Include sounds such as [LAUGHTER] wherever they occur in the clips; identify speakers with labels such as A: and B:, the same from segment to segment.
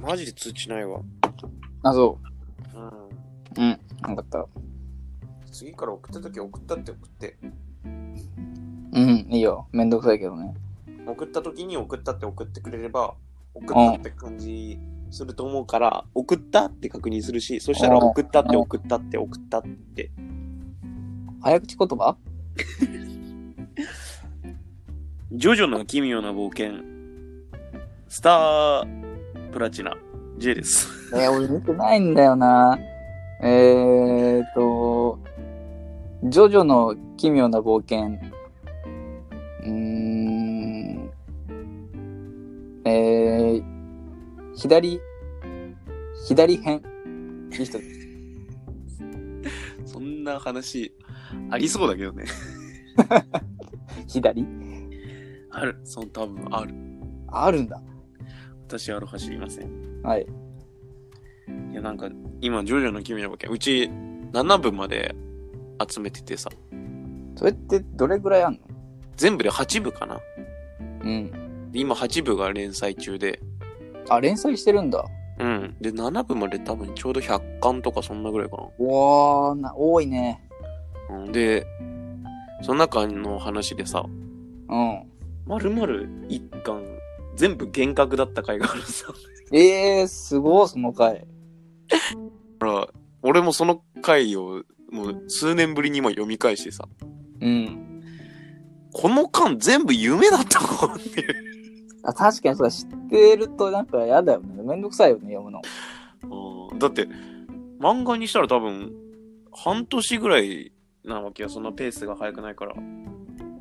A: マジで通知ないわ。
B: あ、そ
A: うん。
B: う。うん。よかった。
A: 次から送った時送ったって送って。
B: うん、いいよ。めんどくさいけどね。
A: 送った時に送ったって送ってくれれば、送ったって感じすると思うから、送ったって確認するし、そしたら
B: うん
A: 送ったって送ったって送ったって。
B: 早口言葉
A: ジョジョの奇妙な冒険。スタープラチナ J です。
B: えー、俺見てないんだよな。えーっと、ジョジョの奇妙な冒険。うーん。えー、左、左辺。いい人です。
A: [LAUGHS] そんな話ありそうだけどね。
B: 左
A: ある。その多分ある。
B: あるんだ。
A: 私、アロハ知りません。
B: はい。
A: いや、なんか、今、ジョジョの奇妙な冒険、うち7部まで集めててさ、
B: それってどれぐらいあんの
A: 全部で8部かな。
B: うん。
A: で今、8部が連載中で、
B: あ、連載してるんだ。
A: うん。で、7部まで多分ちょうど100巻とかそんなぐらいか
B: わーな、多いね。
A: な。うん、で、その中の話でさ、
B: うん。
A: まるまる1巻、全部幻覚だった回があるさ。 [LAUGHS]
B: えー、すごい、その回。
A: だから、俺もその回を、もう数年ぶりに今読み返してさ、
B: うん。
A: この間全部夢だったのっていう。
B: あ確かにそうだ、知ってるとなんか嫌だよね。めんどくさいよね、読むの。
A: うんだって、漫画にしたら多分、半年ぐらいなわけよ。そんなペースが速くないから。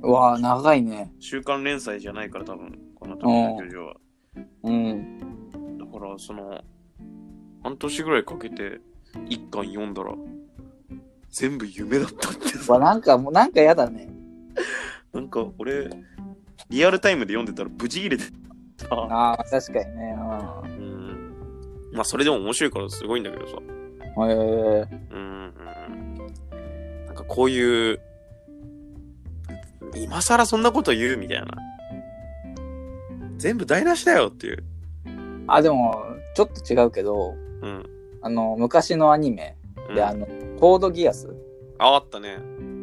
B: うわあ長いね。
A: 週刊連載じゃないから多分、この時の劇場は。
B: うん。
A: だから、その、半年ぐらいかけて、一巻読んだら、全部夢だったって
B: うわ
A: さ。
B: なんかもう、なんか嫌だね。
A: なんか俺、リアルタイムで読んでたら、ブチ切れてた。
B: ああ、確かにね。
A: うん。まあ、それでも面白いからすごいんだけどさ。
B: うん。へえ。
A: うんうんうん。なんかこういう、今更そんなこと言うみたいな。全部台無しだよっていう。
B: あ、でも、ちょっと違うけど、
A: うん。
B: あの、昔のアニメ
A: うん
B: で、あの、コードギアス
A: あ、あったね。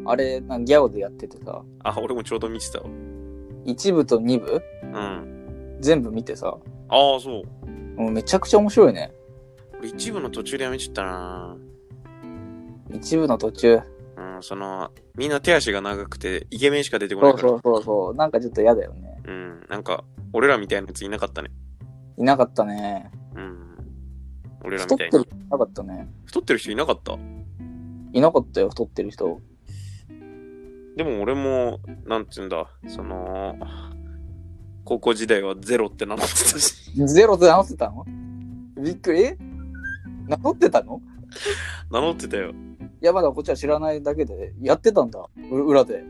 B: あれ、なんかギャオでやっててさ、
A: あ、俺もちょうど見てたわ。
B: 1部と2部
A: うん。
B: 全部見てさ、
A: ああ、そう。
B: もうめちゃくちゃ面白いね。
A: 俺一部の途中でやめちゃったな
B: 1部の途中。
A: うん、その、みんな手足が長くて、イケメンしか出てこな
B: そ
A: いうから。
B: そうそうそう。なんかちょっと嫌だよね。
A: うん、なんか、俺らみたいなやついなかったね。
B: いなかったね。
A: うん。俺ら
B: 太
A: み
B: って
A: たい
B: る
A: に。
B: 人いなかったね。
A: 太ってる人いなかった
B: いなかったよ、太ってる人。
A: でも俺も、なんつうんだ、その、高校時代はゼロって名乗ってたし、 [LAUGHS]
B: ゼロで直せたのびっくりえ名乗ってたの
A: 名乗ってたよ。
B: いや、まだこっちは知らないだけで、やってたんだ。う裏で。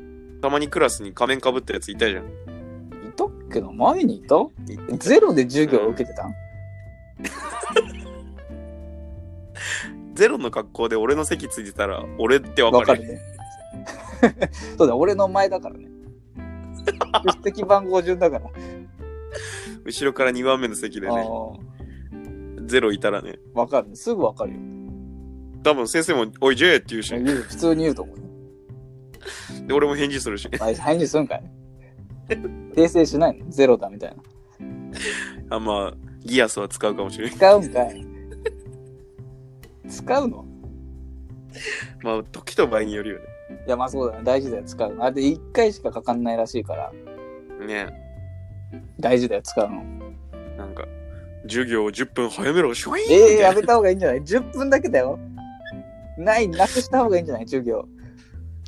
A: たまにクラスに仮面かぶったやついたじゃん。
B: いたっけな前にいた
A: い
B: ゼロで授業を受けてたん、
A: ゼロの格好で俺の席ついてたら、俺ってわ
B: わ
A: か
B: か
A: る。
B: るね。 [LAUGHS] そうだ、俺の前だからね。出席番号順だから。
A: 後ろから2番目の席で
B: あ
A: ね、
B: ー
A: ゼロいたらね、
B: わかるね。すぐわかるよ。
A: 多分先生も、おい、ジェーって言うし、
B: 言う普通に言うと思うよ。
A: で、俺も返事するし、 [LAUGHS]
B: あ返事するんかい。訂正しないのゼロだみたいな。
A: あ、まあ、ギアスは使うかもしれない。
B: 使うんかい。使うの
A: [LAUGHS] まあ、時と場合によるよ
B: いやまあそうだね大事だよ使うのあれ1回しかかかんないらしいから
A: ね。ね
B: 大事だよ使うの
A: なんか、授業を10分早めろ、シュイーンみ
B: え
A: た
B: え
A: いな
B: やめた方がいいんじゃない10分だけだよないなくした方がいいんじゃない授業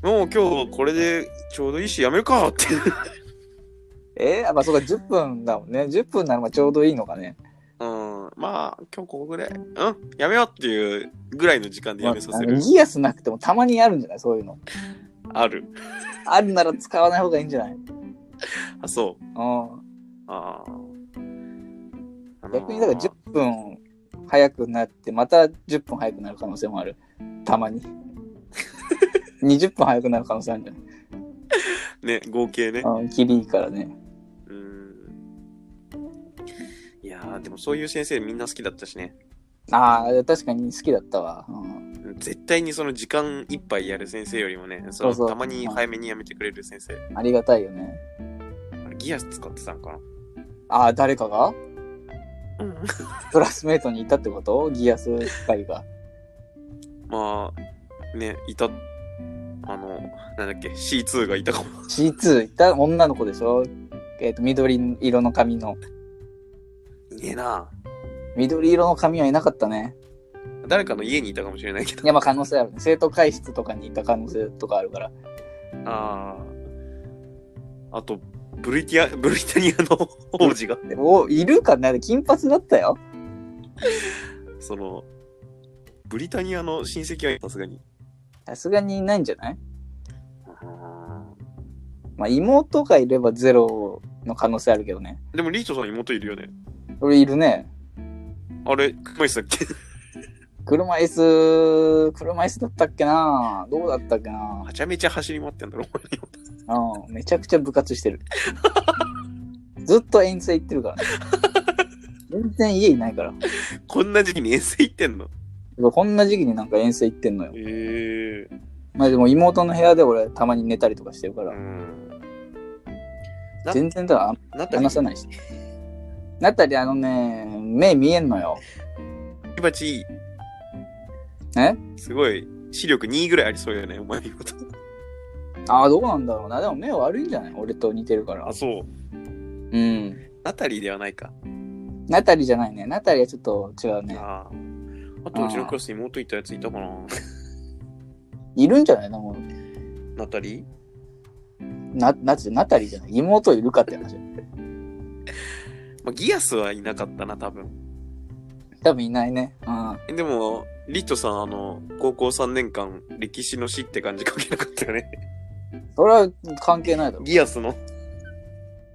A: もう今日これでちょうどいいし、やめるか [LAUGHS] って。
B: ええあまあそうか10分だもんね10分ならまあちょうどいいのかね
A: うん、まあ、今日ここぐらい。うん、やめようっていうぐらいの時間でやめさせ
B: まあ
A: る。
B: ギアスなくてもたまにあるんじゃないそういうの
A: ある。
B: あるなら使わない方がいいんじゃない
A: あ、そう
B: うん。
A: あーあのー。
B: 逆にだから10分早くなってまた10分早くなる可能性もあるた
A: [LAUGHS]
B: まに20分早くなる可能性あるんじゃない
A: ね、合計ね。
B: うん、きりいいからね
A: うん。いやーな。でもそういう先生みんな好きだったしね。
B: ああ、確かに好きだったわ。うん、
A: 絶対にその時間いっぱいやる先生よりもね、そ
B: そうそ
A: の
B: う
A: たまに早めにやめてくれる先生。
B: ありがたいよね。
A: あれギアス使ってたんかな
B: ああ、誰かが
A: うん。
B: クラスメートにいたってことギアス会が。
A: まあ、ね、いた、あの、なんだっけ、C2 がいたかも。
B: C2 いた女の子でしょえっ、と、緑色の髪の。
A: いねえな。
B: 緑色の髪はいなかったね。
A: 誰かの家にいたかもしれないけど
B: い。や、まあ可能性あるね。生徒会室とかにいた可能性とかあるから。
A: ああ。あと、ブリティア、ブリタニアの王子が、
B: でお、いるかな金髪だったよ。
A: その、ブリタニアの親戚はさすがに。
B: さすがにいないんじゃない
A: あ
B: まあ妹がいればゼロの可能性あるけどね。
A: ーでも、リートさん妹いるよね。
B: 俺いるね。
A: あれ、熊石だっけ [LAUGHS]
B: 車椅子、車椅子だったっけなどうだったっけな
A: はちゃめちゃ走り回ってんだろ、お前
B: うん、めちゃくちゃ部活してる。ずっと遠征行ってるから、ね。全然家いないから。
A: こんな時期に遠征行ってんの。
B: こんな時期になんか遠征行ってんのよ。
A: ええ
B: まあでも妹の部屋で俺たまに寝たりとかしてるか
A: う
B: ら、
A: ん。な
B: 全然だわ
A: なったり
B: 話、さないし。なったりあのね、目見えんのよ。
A: バチ、
B: え
A: すごい、視力2位ぐらいありそうよね、お前のこと。
B: ああ、どうなんだろうな。でも目悪いんじゃない俺と似てるから
A: あ、。そう。
B: うん。
A: ナタリーではないか。
B: なったりじゃないね。なったりはちょっと違うね。
A: ああ。あと、うちのクラスに妹いたやついたかな。
B: いるんじゃないな、もう。
A: ナタリー
B: な、なつ、なったりじゃない。妹いるかって話。
A: まあ、ギアスはいなかったな、多分。
B: 多分いないね。うん。
A: えでも、リットさん、あの、高校3年間、歴史の死って感じ書けなかったよね。
B: それは関係ないだろ。
A: [LAUGHS] ギアスの。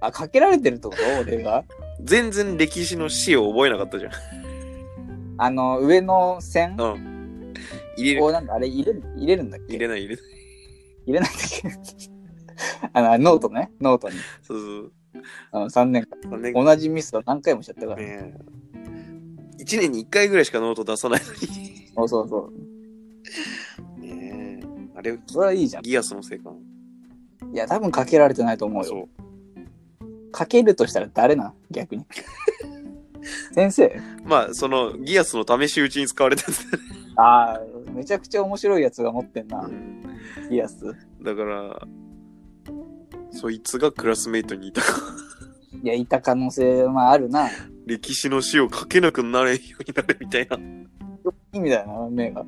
B: あ、かけられてるってこと俺が。
A: 全然歴史の死を覚えなかったじゃん。
B: あの、上の線を
A: うん。入れる。
B: なんかあれ入れる入れるんだっけ
A: 入れない、入れない。
B: 入れないんだっけ [LAUGHS] あの、ノートね。ノートに。
A: そうそう。
B: あの3年
A: 3年
B: 間。同じミスを何回もしちゃったから。
A: ね1年に1回ぐらいしかノート出さないのに。
B: そうそうそう。
A: ねえあれ、
B: それはいいじゃ
A: ギアスのせいかな。
B: ん。いや、多分かけられてないと思うよ。
A: そ
B: かけるとしたら誰な
A: [LAUGHS]
B: 逆に。先生
A: う。まあ、その、ギアスの試し打ちに使われたやつ。
B: ああ、めちゃくちゃ面白いやつが持ってんな
A: う。ん
B: イアス。
A: だから、そいつがクラスメイトにいたから
B: いや、いた可能性、まああるな。
A: 歴史の死を書けなくなれんようになるみたいな。
B: 意味だよな、目が。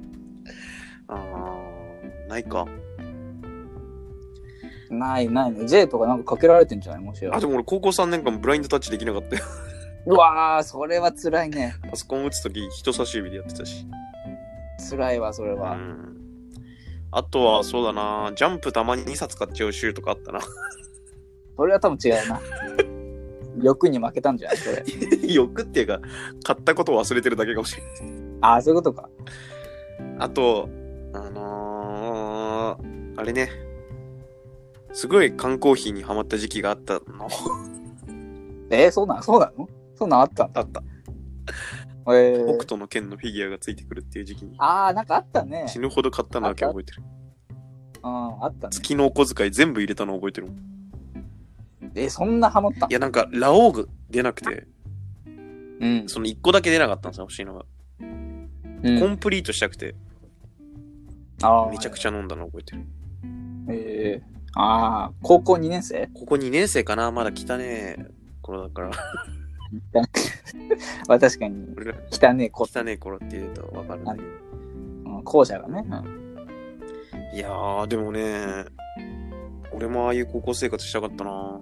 A: ああ、ないか。
B: ないないね。J とかなんかかけられてんじゃないもしや
A: あ、でも俺高校3年間ブラインドタッチできなかったよ。 [LAUGHS]
B: うわー、それは辛いね。
A: パソコン打つとき人差し指でやってたし。
B: 辛いわ、それ
A: う
B: は。
A: ん。あとは、そうだな、ジャンプたまに2冊買っちゃう週とかあったな。
B: それは多分違
A: [LAUGHS]
B: うな。欲に負けたんじゃないそれ。
A: 欲っていうか、買ったことを忘れてるだけかもしれない。
B: ああ、そういうことか。
A: あと、あのー、あれね。すごい缶コーヒーにハマった時期があったの。
B: えー、そうなんそうなのそうなんあったん
A: あった。
B: え
A: 北
B: ー、
A: 斗の剣のフィギュアがついてくるっていう時期に。
B: ああ、なんかあったね。
A: 死ぬほど買ったのだけ覚えてる。
B: うん、あったね。
A: 月のお小遣い全部入れたの覚えてるもん。い
B: えー、そんなハマったん
A: や、なんか、ラオウが出なくて、
B: うん。
A: その1個だけ出なかったんですよ、欲しいのが。
B: うん
A: コンプリートしたくて、
B: ああ
A: めちゃくちゃ飲んだの覚えてる。
B: えー、ああ、高校2年生 [LAUGHS]
A: ここ2年生かなまだ汚ねえ頃だから。
B: は確かに、
A: 俺ら
B: 汚ねえ子、
A: 汚ねえ頃って言うとわかるんだけど。
B: うん校舎がね。うん
A: いやー、でもね、俺もああいう高校生活したかったな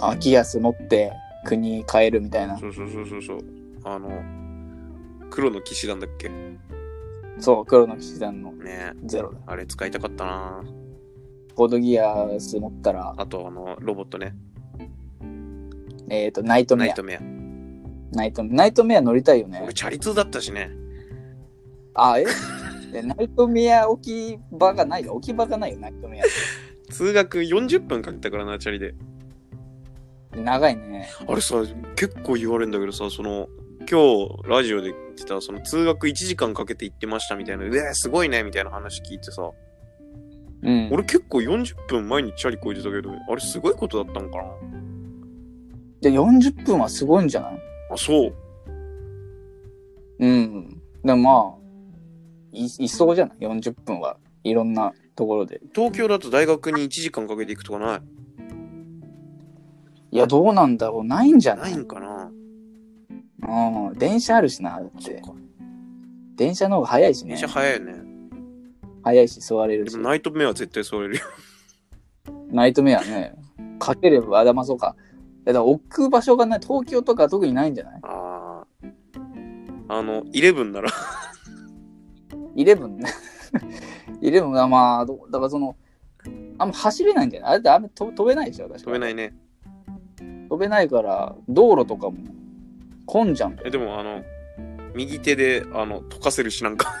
B: あギアス持って国変えるみたいな。
A: そうそうそうそうそう。あの、黒の騎士団だっけね
B: そう、黒の騎士団の
A: え
B: ゼロだ。
A: あれ使いたかったな
B: コードギアス持ったら、
A: あとあの、ロボットね。
B: えっ、と、ナイト
A: ナ
B: メ
A: イ
B: ア。
A: トメア。
B: ナイトメア。ナイトメア乗りたいよね
A: 俺、。チャリ通だったしね。
B: あ、え [LAUGHS] でナイトメア置き場がないよ。置き場がないよ、ナイトメア。
A: 通学40分かけたからな、チャリで。
B: 長いね。
A: あれさ、結構言われるんだけどさ、その、今日、ラジオで言ってた、その、通学1時間かけて行ってましたみたいな、うえー、すごいね、みたいな話聞いてさ、
B: うん。
A: 俺結構40分毎日チャリこいでたけど、あれすごいことだったのかな
B: で、40分はすごいんじゃない
A: あ、そう。
B: うん。でもまあ、い、いそうじゃない ?40 分はいろんなところで。
A: 東京だと大学に1時間かけて行くとかない
B: いや、どうなんだろうないんじゃな
A: ないい
B: うん
A: かな
B: うん。電車あるしな、だっ。
A: そってか。
B: 電車の方が早いしね
A: 電。車早いよね。
B: 早いし、座れる
A: で
B: し
A: も。ナイト目は絶対それるよ。
B: ナイトメアね。かければ、あ、だまあそうか。いやだから置く場所がない。東京とか特にないんじゃない
A: [LAUGHS] ああ。あの、イレブンなら。
B: イレブンね。イレブンがまあ、どだからその、あんま走れないんじゃないあれってあんま飛飛べないでしょ、確か。
A: 飛べないいね。
B: 飛べないから、道路とかも混んじゃうんだよ。
A: え、でもあの、右手で、あの、溶かせるしなんか。。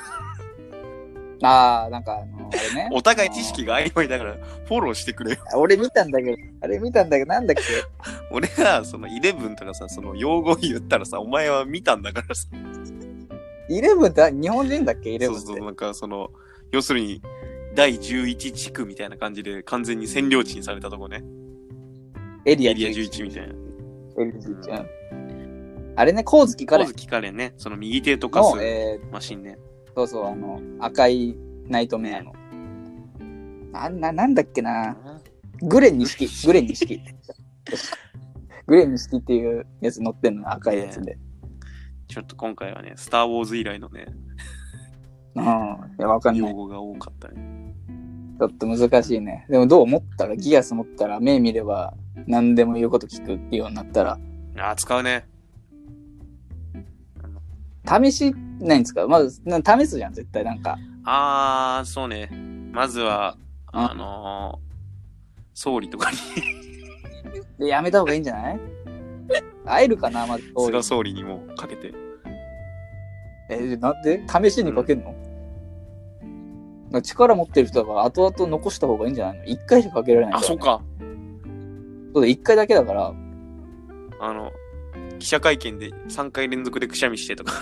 B: ああ、なんかあの、あれね
A: [LAUGHS] お互い知識が曖昧だから、フォローしてくれよ。 [LAUGHS]
B: あの。俺見たんだけど、あれ見たんだけど、なんだっけ
A: 俺が、その、イレブンとかさ、その、用語言ったらさ、お前は見たんだからさ。
B: イレブンってあ日本人だっけイレ
A: そ
B: ブン
A: う
B: って。
A: そう、なんか、その、要するに、第11地区みたいな感じで、完全に占領地にされたとこね。
B: エリア
A: エリア11
B: 11
A: みたいな。
B: エリア11。うんあれね、光月か
A: ま
B: ら
A: ず聞かれんね。その、右手溶か
B: の、
A: す
B: え
A: マシンね。
B: ー、そうそう、あの、赤いナイトメアの。な、な、なんだっけな。グレン錦、グレン錦。グレン錦っていうやつ乗ってんの、赤いやつで。
A: ちょっと今回はね、スター・ウォーズ以来のね、
B: うん。いや、わかん
A: 用
B: ない。
A: 語が多かったね。
B: ちょっと難しいね。でもどう思ったら、ギアス持ったら、目見れば、何でも言うこと聞くようになったら、
A: あー、使うね。
B: 試しないんですかまず、な試すじゃん、絶対なんか。
A: あー、そうね。まずは、
B: うん
A: あのー、総理とかに、
B: で、やめた方がいいんじゃない会えるかな、まず。
A: 菅総理にもかけて。
B: え、なんで試しにかけるの、だから力持ってる人だから後々残した方がいいんじゃないの一回しかかけられない
A: あ、
B: らね
A: そっ。か。
B: そうだ、一回だけだから、
A: あの、記者会見で3回連続でくしゃみしてと
B: [LAUGHS]
A: か。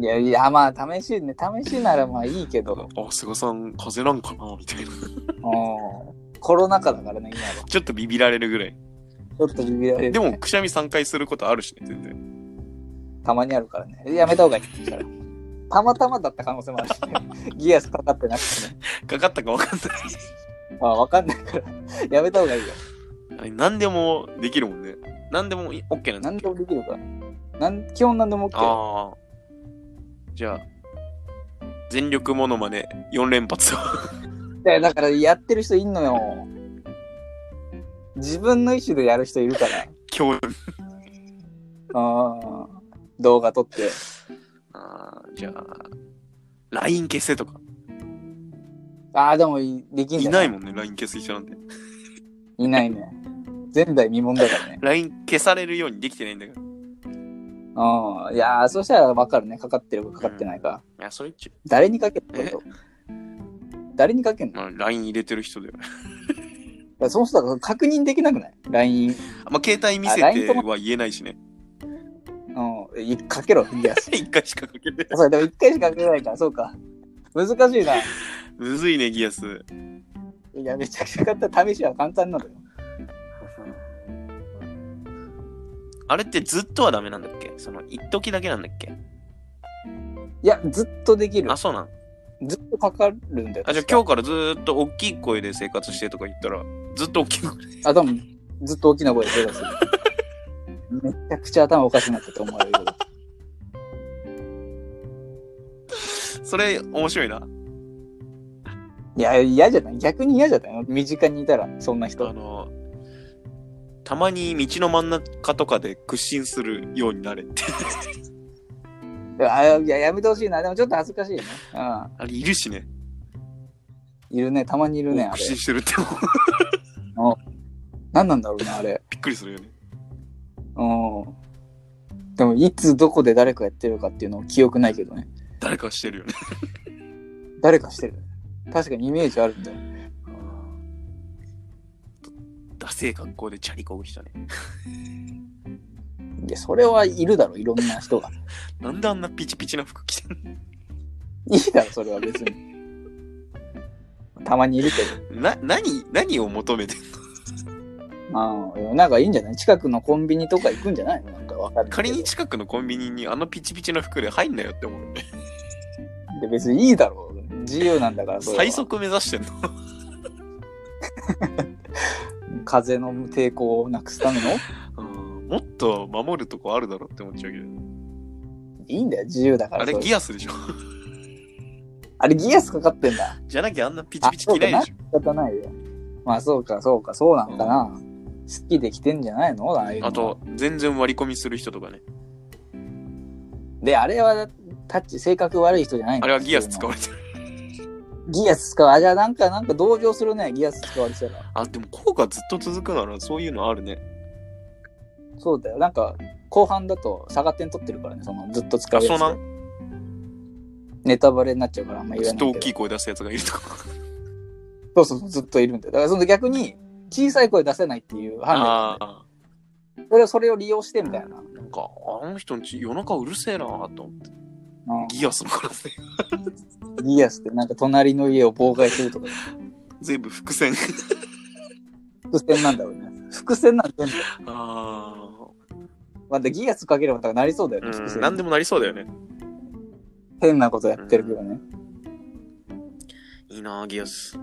B: いやいや、まあ、試しね、試しならまあいいけど、
A: あ、菅さん、風邪なんかなみたいな。
B: うんコロナ禍だからね、今は。
A: ちょっとビビられるぐらい。
B: ちょっとビビられる、
A: でも、、くしゃみ3回することあるしね、全然。
B: たまにあるからね。やめた方がいいそしたら。たまたまだった可能性もあるしね。 [LAUGHS] ギアスかかってなくてね。
A: かかったかわかんない。
B: まあ、わかんないから、やめた方がいいよ。
A: あれ何でもできるもんね。何でもい OK なんだ
B: 何でもできるから。なん基本何でも OK
A: あ
B: よ。
A: あ。じゃあ、全力モノマネ4連発を。 [LAUGHS]
B: いやだから、やってる人いんのよ。自分の意思でやる人いるから。
A: 今日。
B: あー動画撮って。
A: ああ、じゃあ、LINE 消せとか。
B: ああ、でもい、できん
A: い
B: じゃ
A: ない
B: ない
A: もんね、LINE 消す人なんて。
B: いないね。前代未聞だからね。
A: LINE 消されるようにできてないんだから。い
B: うん。いやー、そしたら分かるね。かかってるかかってないか。
A: や、それっちゅ
B: 誰にかけるの誰にかけん
A: う。
B: のい
A: まあ、LINE 入れてる人だよ。
B: やその人だから確認できなくない ?LINE。
A: [LAUGHS] まあ、携帯見せて
B: あ LINE とも
A: は言えないしね。 [LAUGHS]
B: うんい。かけろ、いや。
A: 一回しかかけない。
B: そう、でも一回しかかけないから、そうか。難しいな。い
A: [LAUGHS] むずいね、ギアス。
B: や、めちゃくちゃ簡単。試しは簡単なのよ。
A: あれってずっとはダメなんだっけその、一時だけなんだっけ
B: いや、ずっとできる
A: あ、。そうなん。
B: ずっとかかるんだよ。
A: あ、じゃあ
B: 確か
A: 今日からずーっと大きい声で生活してとか言ったら、ずっと大きい声。 [LAUGHS]
B: あ、多分、ずっと大きな声で声出する。めちゃくちゃ頭おかしくなったと思われるよ。
A: それ面白いな。
B: いや、嫌じゃない逆に嫌じゃない身近にいたら、そんな
A: あ
B: 人。
A: の、たまに道の真ん中とかで屈伸するようになれって。
B: あいや、やめてほしいな。でもちょっと恥ずかしいよね。
A: あれいるしね。
B: うん。いるね。たまにいるね、あれ
A: 屈。伸してるってもう [LAUGHS]
B: 何なんだろうね、あれ。
A: びっくりするよね。
B: うん。でも、いつどこで誰かやってるかっていうのを記憶ないけどね。
A: 誰かしてるよね。
B: 誰かしてる。確かにイメージあるんだよ。
A: ダセえ格好でチャリこぐ人ね。
B: で、それはいるだろ、いろんな人が。 [LAUGHS]
A: なんであんなピチピチな服着てん
B: いいだろ、それは別に。たまにいるけど。
A: のな、何、何を求めてんの
B: ああ、なんかいいんじゃない近くのコンビニとか行くんじゃないのなんかわかる。
A: 仮に近くのコンビニにあのピチピチな服で入んなよって思うよね。
B: で別にいいだろう。自由なんだから、それは
A: 最速目指してんの。
B: 風の抵抗をなくすための
A: うんもっと守るとこあるだろって思っちゃうけど。
B: いいんだよ、自由だから。
A: あれ
B: それ
A: ギアスでしょ
B: あれギアスかかってんだ。
A: じゃなきゃあんなピチピチ着ないでしょ
B: 仕方ないよ。まあそうか、そうか、そうなんかな。好きできてんじゃないのああいうの
A: あと、全然割り込みする人とかね。
B: で、あれはタッチ、性格悪い人じゃないの
A: あれはギアス使われてる。
B: ギアス使う。あ、じゃあなんか、なんか同情するね、ギアス使われてたら。
A: あ、でも効果ずっと続くならそういうのあるね。
B: そうだよ。なんか、後半だと下が点取ってるからね、そのずっと使
A: あ、
B: うやつ
A: そうなん
B: ネタバレになっちゃうからあんま言
A: ずっ
B: わな
A: と
B: い
A: 大
B: けど
A: きい声出すやつがいるとか。
B: そうそうそう、ずっといるんだよ。だからその逆に、小さい声出せないっていう判断。
A: ああ
B: それをそれを利用してみたいな。
A: ー。なんか、あの人んち夜中うるせえなぁと思って。
B: うん
A: ギアスのからね。
B: ギアスってなんか隣の家を妨害するとか、
A: 全部伏線。
B: 伏線なんだろうね。伏線なんだよ。
A: あ
B: まあ、でギアスかければだからなりそうだよ
A: あ。
B: ね、伏
A: うん、
B: 線。
A: なんでもなりそうだよね。
B: 変なことやってるけどね。
A: いいなぁ、ギアス。